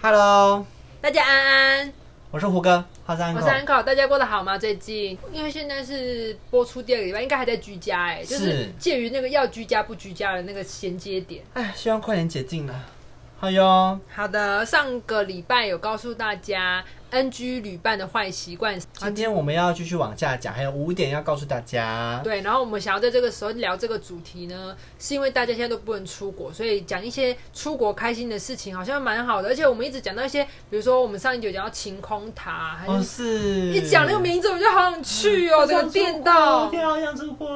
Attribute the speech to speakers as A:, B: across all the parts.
A: Hello，
B: 大家安安，
A: 我是胡歌，好三
B: 我
A: 口
B: 是。安 n 大家过得好吗？最近因为现在是播出第二个礼拜，应该还在居家哎、就是
A: 是
B: 介于那个要居家不居家的那个衔接点。
A: 哎，希望快点解禁了。好哟，
B: 好的，上个礼拜有告诉大家 NG 旅伴的坏习惯，
A: 今天我们要继续往下讲，还有五点要告诉大家。
B: 对，然后我们想要在这个时候聊这个主题呢，是因为大家现在都不能出国，所以讲一些出国开心的事情好像蛮好的。而且我们一直讲到一些，比如说我们上一集有讲到晴空塔，还
A: 哦，
B: 是
A: 是
B: 一讲那个名字我就好想去哦，这个店
A: 到，
B: 道。
A: 天啊，好想出国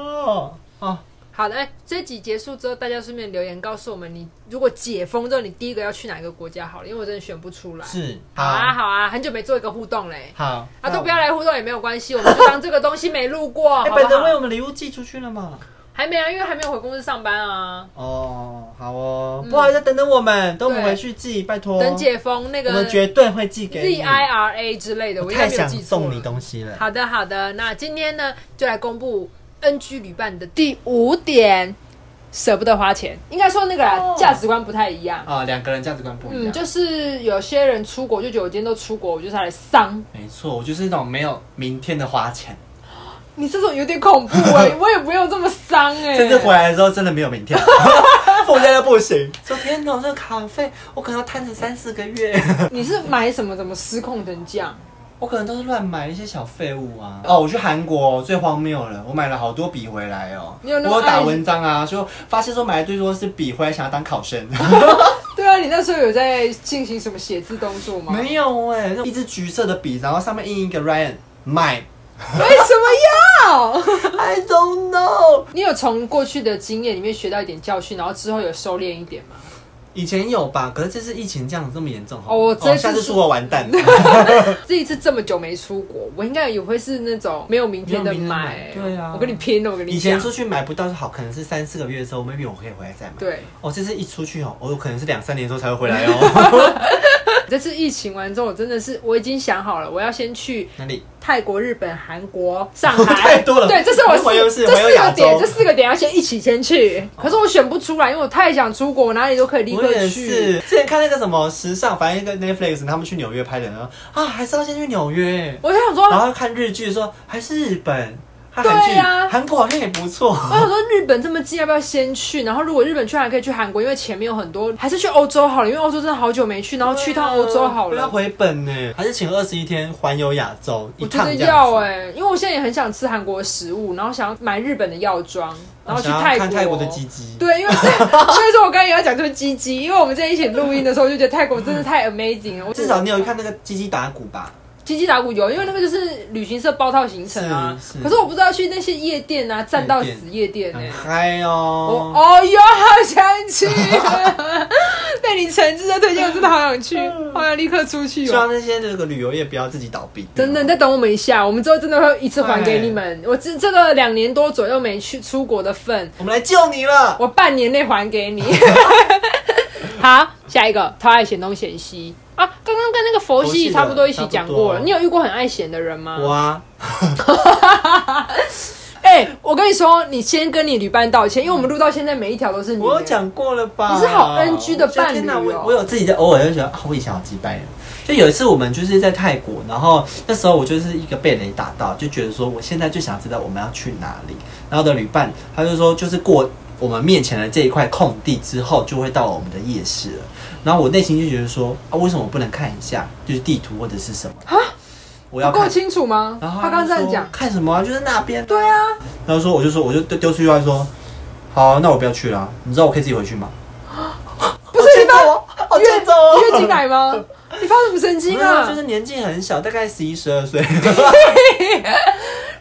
A: 哦！
B: 好的，哎，这集结束之后，大家顺便留言告诉我们你，如果解封之后，你第一个要去哪一个国家好了，因为我真的选不出来。
A: 是，
B: 好啊，，好啊，很久没做一个互动嘞。
A: 好，
B: 啊，都不
A: 那
B: 要来互动也没有关系，我们就当这个东西没录过，
A: 我
B: 好
A: 们。哎，
B: 不
A: 本德为
B: 好？
A: 我们礼物寄出去了吗？
B: 还没啊，因为还没有回公司上班啊。
A: 哦，好哦，不好意思，等等我们，等我们
B: 嗯对
A: 回去寄，拜托。
B: 等解封那
A: 哦我
B: 个
A: 们绝对会寄给
B: Z
A: 你。
B: I R A 之类啊的，我
A: 我
B: 应该
A: 太
B: 没有
A: 想
B: 记错
A: 送你
B: 了。
A: 东西了。
B: 好的，好的，那今天呢，就来公布 NG 旅伴的第五点，舍不得花钱。应该说那个啦
A: 哦
B: 价值观不太一样。
A: 啊，两个人价值观不一
B: 嗯，
A: 样。
B: 就是有些人出国就觉得我今天都出国，我就是来丧。
A: 没错，我就是那种没有明天的花钱，
B: 你这种有点恐怖哎、 我也不用这么丧哎、
A: 甚至回来的时候真的没有明 天，放假又不行。说天哪，这个卡费我可能要摊成三四个 月，
B: 你是买什么怎么失控成这样？
A: 我可能都是乱买一些小废物啊。哦，我去韩国最荒谬了，我买了好多笔回来哦。
B: 你有那么
A: 我打
B: 爱
A: 文章啊，就发现说买的最多是笔，回来想要当考生。
B: 对啊，你那时候有在进行什么写字动作吗？
A: 没有哎、一支橘色的笔，然后上面印一个 Ryan 买。
B: 为什么要？
A: I don't know。
B: 你有从过去的经验里面学到一点教训，然后之后有收敛一点 吗？
A: 以前有吧，可是这次疫情这样子这么严重
B: 哦我这次
A: 下次
B: 是
A: 出国完 蛋。
B: 这一次这么久没出国，我应该也会是那种没有明天的买。
A: 没有明天的买对啊
B: 我跟你拼哦了，我跟你
A: 以
B: 讲
A: 前。出去买不到好，可能是三四个月之后，maybe 我可以回来再买。，
B: 对，
A: 哦，这次一出去哦，我有可能是两三年之后才会回来 哦。
B: 这次疫情完之后，我真的是我已经想好了，我要先去
A: 哪里？
B: 泰国、日本、韩国、上海，
A: 太多了
B: 对，这是我
A: 环游世
B: 四这
A: 环游
B: 四
A: 亚
B: 个
A: 洲哦
B: 点，这四个点要先一起先去。可是我选不出来，因为我太想出国，我哪里都可以立
A: 我
B: 刻
A: 也
B: 去。
A: 是，之前看那个什么时尚，反正一个 Netflix 他们去纽约拍的，然后啊，还是要先去纽约，
B: 我就想
A: 然
B: 说，
A: 后看日剧说还是日本，看韩
B: 对啊
A: 剧，韩国好像也不错。
B: 我想说日本这么近，要不要先去？然后如果日本去，还可以去韩国，因为前面有很多，还是去欧洲好了，因为欧洲真的好久没 去，然后去趟欧洲好
A: 不啊要
B: 了。
A: 回本呢，还是请二十一天环游亚洲一
B: 我觉
A: 趟
B: 得
A: 这样
B: 要
A: 子
B: 哎、因为我现在也很想吃韩国的食物，然后想要买日本的药妆，然后去
A: 啊想要
B: 泰国。
A: 看泰国的鸡鸡。
B: 对，因为所以说我刚才也要讲就是鸡鸡，因为我们在一起录音的时候就觉得泰国真的太 amazing 了。我
A: 嗯至少你有看那个鸡鸡打鼓吧？
B: 鸡鸡打鼓有，因为那个就是旅行社包套行程啊
A: 是是。
B: 可是我不知道去那些夜店啊，站到死夜店呢、
A: 很嗨
B: 我
A: 哦！
B: 哦哟，好想去！ 被你诚挚的推荐，我真的好想去，好想立刻出去
A: 嗯 希
B: 哦。
A: 望那些这个旅游业不要自己倒闭。啊
B: 等等，再等我们一下，我们之后真的会一次还给你
A: 嗯
B: 们。我这这个两年多左右没去出国的份，
A: 我们来救你了。
B: 我半年内还给 你。好，下一个，超爱嫌东嫌西啊！刚刚跟那个佛
A: 佛系
B: 系
A: 的
B: 差不多一起
A: 差
B: 讲过
A: 不
B: 了。
A: 多啊
B: 你有遇过很爱嫌的人吗？
A: 我啊，
B: 哎、我跟你说，你先跟你旅伴道歉，因为我们录到现在每一条都是你。
A: 我有讲过了吧？
B: 你是好 NG 的伴
A: 我觉得
B: 侣哦
A: 天哪我我有自己在偶尔就觉得啊，我以前好鸡掰人。就有一次我们就是在泰国，然后那时候我就是一个被雷打到，就觉得说我现在就想知道我们要去哪里。然后的旅伴他就说，就是过我们面前的这一块空地之后，就会到我们的夜市了。然后我内心就觉得说啊，为什么我不能看一下，就是地图或者是什么？我要
B: 不够
A: 看。
B: 清楚吗？
A: 然后
B: 他刚刚这样讲
A: 啊说，看什么啊？就是那边。
B: 对啊，
A: 然后说我就说我就丢丢出去，他说好、那我不要去了啊、你知道我可以自己回去吗？
B: 不是
A: 好
B: 你
A: 欠
B: 发
A: 揍哦，好欠揍哦
B: 月月经 来吗？你发什么神经
A: 没有
B: 啊？
A: 就是年纪很小，大概十一、十二 岁。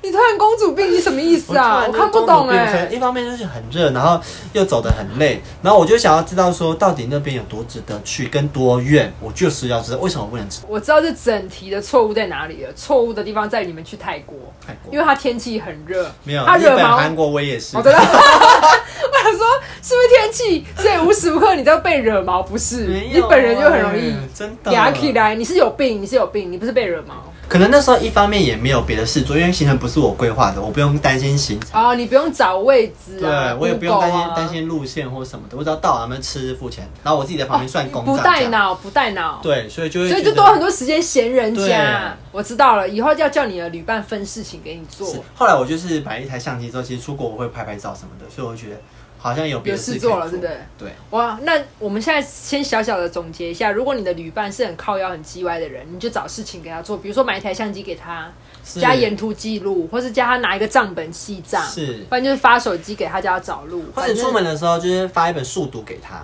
B: 你突然公主病，你什么意思啊？
A: 突然
B: 我
A: 就
B: 看不
A: 公
B: 懂
A: 主
B: 哎、
A: 病所以一方面就是很热，然后又走得很累，然后我就想要知道说到底那边有多值得去，跟多远，我就是要知道为什么我不能去
B: 我知道这整题的错误在哪里了，错误的地方在于你们去泰国，
A: 泰国
B: 因为它天气很热，
A: 没有，
B: 它
A: 日
B: 惹
A: 本、
B: 毛
A: 韩国我也是
B: 哦我。真的，我 想说是不是天气，所以无时无刻你都要被惹毛，不是？
A: 没有啊
B: 你本人就很容易
A: 欸真的
B: 嗲起来，你是有病，你是有病，你不是被惹毛。
A: 可能那时候一方面也没有别的事做，因为行程不是我规划的，我不用担心行程，
B: 哦，你不用找位置啊，
A: 对我也不用担心
B: Google 啊
A: 担心路线或什么的，我只要到他们吃付钱，然后我自己在旁边算
B: 哦
A: 公
B: 不
A: 账这
B: 带
A: 样，
B: 脑，不带脑，
A: 对，所以就会
B: 所以
A: 觉得
B: 就多很多时间闲人
A: 对
B: 家。我知道了，以后要叫你的旅伴分事情给你做
A: 是。后来我就是买一台相机之后，其实出国我会拍拍照什么的，所以我觉得好像有别的
B: 有事
A: 可以
B: 做
A: 做
B: 了对不对？
A: 对，
B: 哇，那我们现在先小小的总结一下，如果你的旅伴是很靠腰、很叽歪的人，你就找事情给他做，比如说买一台相机给他，
A: 是
B: 加沿途记录，或是加他拿一个账本记账，
A: 是
B: 不然就是发手机给他叫他找路，
A: 或者
B: 反正
A: 出门的时候就是发一本速读给他，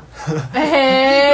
B: 嘿 嘿，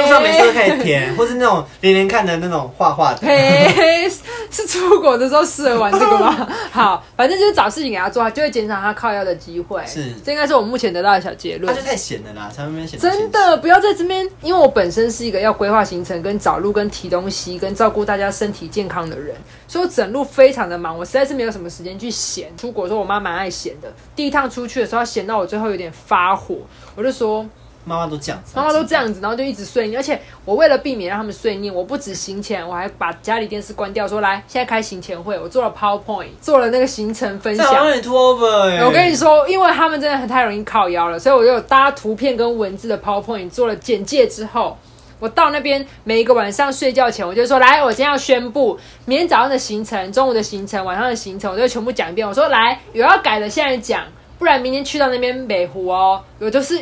A: 路上没事都可以填，或是那种连连看的那种画画的。
B: 嘿， 是是出国的时候适合玩这个吗？
A: 哦
B: 好，反正就是找事情给他做，就会减少他靠腰的机会。
A: 是
B: 这应该是我们目前得到的小结
A: 他
B: 论
A: 啊就。太闲了啦，他那边闲得
B: 真的不要在这边，因为我本身是一个要规划行程、跟找路、跟提东西、跟照顾大家身体健康的人，所以我整路非常的忙，我实在是没有什么时间去闲。出国的时候，我妈蛮爱闲的。第一趟出去的时候，她闲到我最后有点发火，我就说
A: 妈妈都这样子，
B: 妈妈都这样子，然后就一直碎念。而且我为了避免让他们碎念，我不止行前，我还把家里电视关掉，说来现在开行前会。我做了 PowerPoint，做了那个行程分
A: 这样
B: 享
A: 有。点 too over 哎、
B: 我跟你说，因为他们真的很太容易靠腰了，所以我就有搭图片跟文字的 PowerPoint 做了简介之后。我到那边每一个晚上睡觉前，我就说来，我今天要宣布明天早上的行程、中午的行程、晚上的行程，我就会全部讲一遍。我说来，有要改的现在讲，不然明天去到那边北湖哦。我就是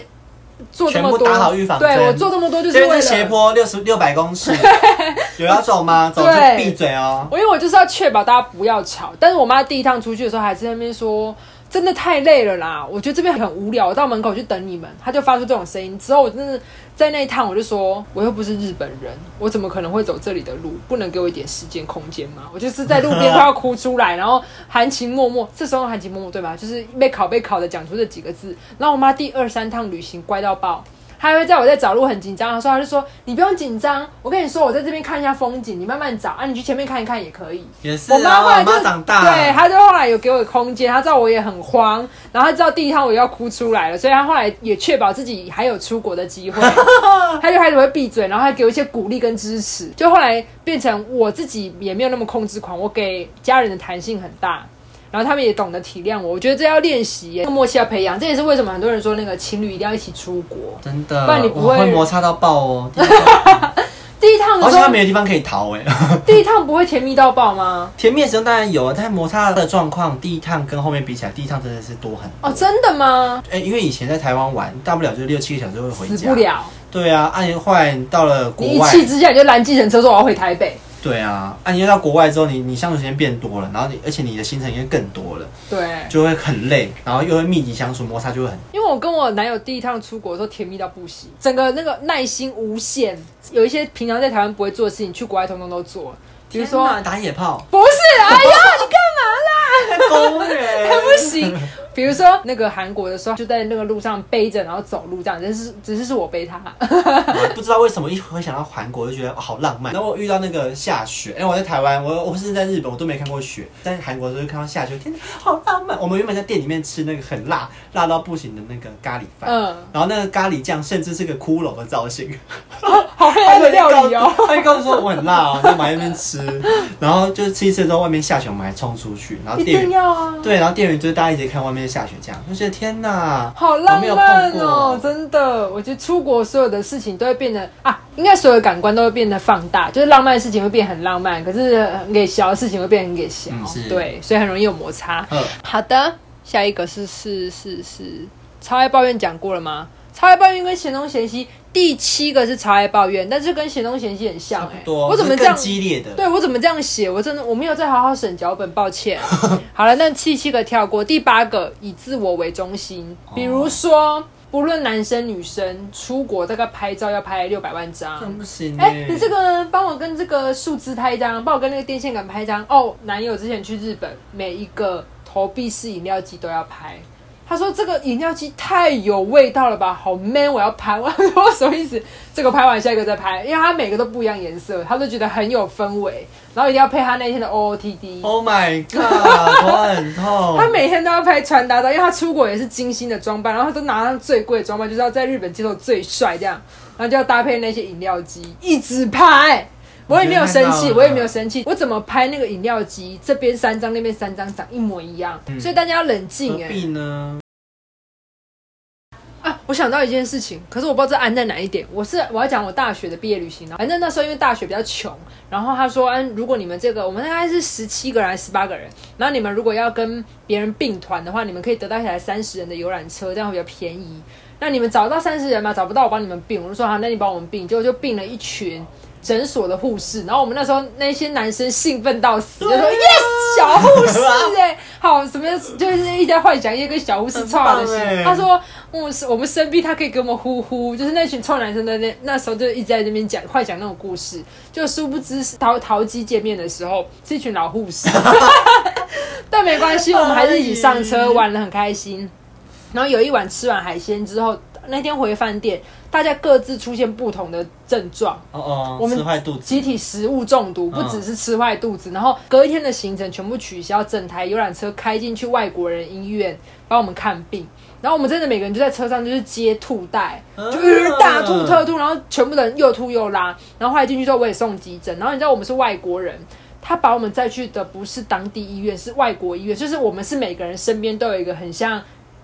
B: 做这么
A: 全部
B: 多，
A: 打好预防针
B: 对我做这么多就是
A: 这
B: 为了
A: 边是斜坡六十六百公尺，有要走吗？走就
B: 对
A: 闭嘴哦。
B: 我因为我就是要确保大家不要吵，但是我妈第一趟出去的时候还在那边说。真的太累了啦，我觉得这边很无聊，我到门口去等你们，她就发出这种声音。之后我真的在那一趟，我就说我又不是日本人，我怎么可能会走这里的路？不能给我一点时间空间吗？我就是在路边快要哭出来，然后含情脉脉，这时候含情脉脉对吗？就是被考被考的讲出这几个字。然后我妈第二三趟旅行乖到爆，他还会在我在找路很紧张的时候，他就说：“你不用紧张，我跟你说，我在这边看一下风景，你慢慢找啊，你去前面看一看也可以。”
A: 也是、啊，
B: 我妈后来
A: 我
B: 就
A: 妈长大
B: 对，
A: 了，
B: 她就后来有给我空间，她知道我也很慌，然后她知道第一趟我又要哭出来了，所以她后来也确保自己还有出国的机 会，她就开始会闭嘴，然后还给我一些鼓励跟支持，就后来变成我自己也没有那么控制狂，我给家人的弹性很大。然后他们也懂得体谅我，我觉得这要练习耶，这个默契要培养，这也是为什么很多人说那个情侣一定要一起出国。
A: 真的，
B: 不然你不
A: 我
B: 会
A: 会摩擦到爆 哦。
B: 第一趟的
A: 而
B: 时
A: 且哦他
B: 候，
A: 没有地方可以逃 哎、
B: 第一趟不会甜蜜到爆吗？
A: 前面的时候当然有，但摩擦的状况，第一趟跟后面比起来，第一趟真的是多很多。
B: 哦，真的吗？
A: 哎、因为以前在台湾玩，大不了就六七个小时会回家。
B: 死不。了，
A: 对啊，按、啊、后来你到了国
B: 你一
A: 外，
B: 气之下你就拦计程车说我要回台北。
A: 对啊，按、啊、你到国外之后，你你相处时间变多了，然后你而且你的行程也更多了，
B: 对，
A: 就会很累，然后又会密集相处，摩擦就会很。
B: 因为我跟我男友第一趟出国的时候甜蜜到不行，整个那个耐心无限，有一些平常在台湾不会做的事情，去国外通通都做。比如说，
A: 天哪打野炮，
B: 不是，哎呀，你干嘛啦？
A: 公园
B: 不行。比如说那个韩国的时候，就在那个路上背着，然后走路这样，但是只是是我背他。
A: 不知道为什么一回想到韩国就觉得、哦好浪漫。然后我遇到那个下雪，哎因为我在台湾，我我是在日本，我都没看过雪，在韩国的时候就看到下雪，天哪，好浪漫。我们原本在店里面吃那个很辣辣到不行的那个咖喱饭，
B: 嗯
A: 然后那个咖喱酱甚至是个骷髅的造型，
B: 好黑暗的料理 哦。
A: 他就告诉哎说我很辣哦，那我们还在那边吃，然后就吃一次之后，外面下雪，我们还冲出去，然后
B: 一
A: 店
B: 定
A: 员
B: 要啊！
A: 对，然后店员就是大家一直看外面下雪，这样就觉得天哪，
B: 好
A: 我
B: 浪
A: 没有
B: 漫
A: 碰
B: 哦
A: 过，，
B: 真的，我觉得出国所有的事情都会变得啊，应该所有感官都会变得放大，就是浪漫的事情会变很浪漫，可是很给小的事情会变很给小，
A: 嗯是
B: 对，所以很容易有摩擦。
A: 嗯
B: 好的，下一个是是是是，超爱抱怨讲过了吗？超爱抱怨跟嫌东嫌西，第七个是超爱抱怨，但是跟嫌东嫌西很像
A: 差
B: 哎、
A: 不
B: 欸
A: 多，
B: 我怎么
A: 是
B: 这样
A: 更？激烈的？
B: 对我怎么这样写？我真的我没有再好好审脚本，抱歉。好了，那第七个跳过，第八个以自我为中心，比如说。不论男生女生，出国大概拍照要拍六百万张，
A: 真不行欸
B: 哎、你这个帮我跟这个树枝拍一张，帮我跟那个电线杆拍一张。哦，男友之前去日本，每一个投币式饮料机都要拍。他说这个饮料机太有味道了吧，好 man，我要拍。 我说什么意思？这个拍完下一个再拍，因为它每个都不一样颜色，他都觉得很有氛围，然后一定要配他那天的 OOTD。
A: Oh my god，头 很痛。
B: 他每天都要拍穿搭照，因为他出国也是精心的装扮，然后他都拿上最贵的装扮，就是要在日本街头最帅这样，然后就要搭配那些饮料机，一直拍。我也没有生气，
A: 你就看到了
B: 我也没有生气，我怎么拍那个饮料机，这边三张，那边三张，长一模一样，
A: 嗯呃
B: 所以大家要冷静
A: 何
B: 哎、
A: 必呢？
B: 啊，我想到一件事情，可是我不知道这安在哪一点。我是我要讲我大学的毕业旅行，反正那时候因为大学比较穷，然后他说，嗯，如果你们这个我们大概是十七个人还是十八个人，然后你们如果要跟别人并团的话，你们可以得到一台三十人的游览车，这样会比较便宜。那你们找到三十人吗？找不到，我帮你们并。我就说好，那你帮我们并，结果就并了一群。诊所的护士，然后我们那时候那些男生兴奋到死，就说 yes 小护士哎、好什么就是一直在幻想一些跟小护士
A: 很
B: 吵的
A: 棒
B: 事。
A: 欸
B: 他说我是我们生病，他可以给我们呼呼，就是那群臭男生的那那时候就一直在那边讲幻想那种故事，就殊不知是桃桃机见面的时候是一群老护士，但没关系，我们还是一起上车玩的很开心。然后有一晚吃完海鲜之后，那天回饭店，大家各自出现不同的症状，
A: 哦哦，
B: 我们
A: 吃坏肚子，
B: 集体食物中毒，不
A: 嗯
B: 只是吃坏肚子，然后隔一天的行程全部取消，整台游览车开进去外国人医院帮我们看病。然后我们真的每个人就在车上就是接吐带，
A: 嗯
B: 就大吐特吐，然后全部的人又吐又拉。然后后来进去之后我也送急诊，然后你知道我们是外国人，他把我们载去的不是当地医院，是外国医院，就是我们是每个人身边都有一个很像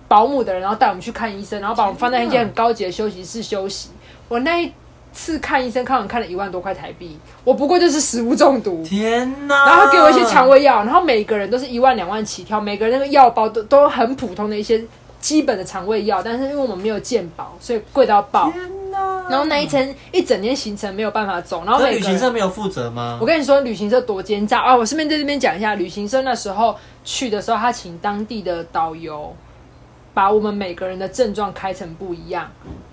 B: 保姆的人，然后带我们去看医生，然后把我们放在一间很高级的休息室休息。我那一次看医生，看完看了一万多块台币，我不过就是食物中毒。
A: 天啊哪！
B: 然后他给我一些肠胃药，然后每个人都是一万两万起跳，每个人那个药包都都很普通的一些基本的肠胃药，但是因为我们没有健保，所以贵到爆。
A: 天啊哪！
B: 然后那一天一整天行程没有办法走，然后
A: 那
B: 每
A: 旅
B: 个
A: 行
B: 人
A: 社没有负责吗
B: 我？跟你说，旅行社多奸诈啊！我顺便在这边讲一下，旅行社那时候去的时候，他请当地的导游把我们每个人的症状开成不一样，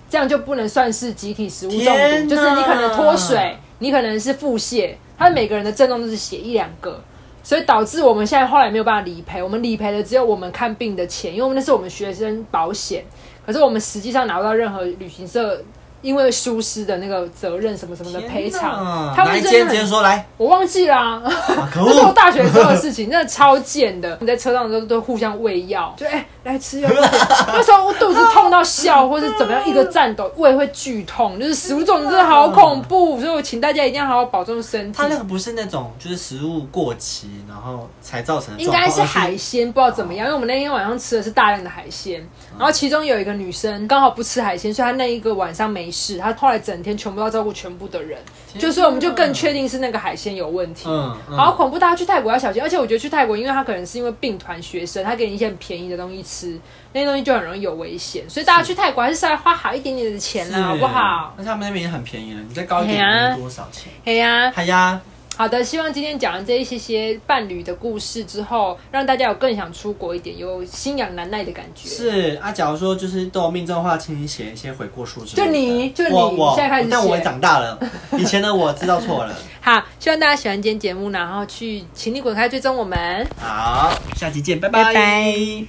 B: 这样就不能算是集体食物中
A: 天
B: 毒，
A: 哪
B: 就是你可能脱水，你可能是腹泻，他每个人的症状都是写一两个。所以导致我们现在后来没有办法理赔，我们理赔的只有我们看病的钱，因为我们那是我们学生保险，可是我们实际上拿不到任何旅行社因为疏失的那个责任什么什么的赔偿，他
A: 他们
B: 们
A: 今
B: 真的
A: 天
B: 很
A: 直接说来，
B: 我忘记啦、
A: 啊可
B: 这是我
A: 恶！
B: 大学时候的事情，真的超贱的。我们在车上的时候都互相喂药，就哎、来吃 药。那时候我肚子痛到笑，或是怎么样，一个颤抖，胃会剧痛，就是食物中毒真的好恐
A: 啊
B: 怖。所以我请大家一定要好好保重身体
A: 他。那个不是那种就是食物过期然后才造成的
B: 应
A: 状况，
B: 该是
A: 而
B: 海鲜，不知道怎么样，因为我们那天晚上吃的是大量的海鲜，然后其中有一个女生刚好不吃海鲜，所以她那一个晚上没事，她后来整天全部都要照顾全部的人，就所以我们就更确定是那个海鲜有问题。
A: 嗯，嗯
B: 好恐怖！大家去泰国要小心，而且我觉得去泰国，因为他可能是因为病团学生，他给你一些很便宜的东西吃，那些东西就很容易有危险，所以大家去泰国还是稍微花好一点点的钱啦，啊好不好？
A: 那他们那边也很便宜了，你再高一
B: 哎呀
A: 点多少钱？
B: 哎呀，
A: 哎呀，
B: 好的，希望今天讲完这一些些伴侣的故事之后，让大家有更想出国一点，有心痒难耐的感觉。
A: 是啊，假如说就是都有命中的话，请你写一些悔过书之类
B: 就
A: 的。
B: 你就你
A: 我我，
B: 现在开始写
A: 但我也长大了，以前的我知道错了。
B: 好，希望大家喜欢今天节目，然后去请你滚开追踪我们。
A: 好，下期见，拜
B: 拜拜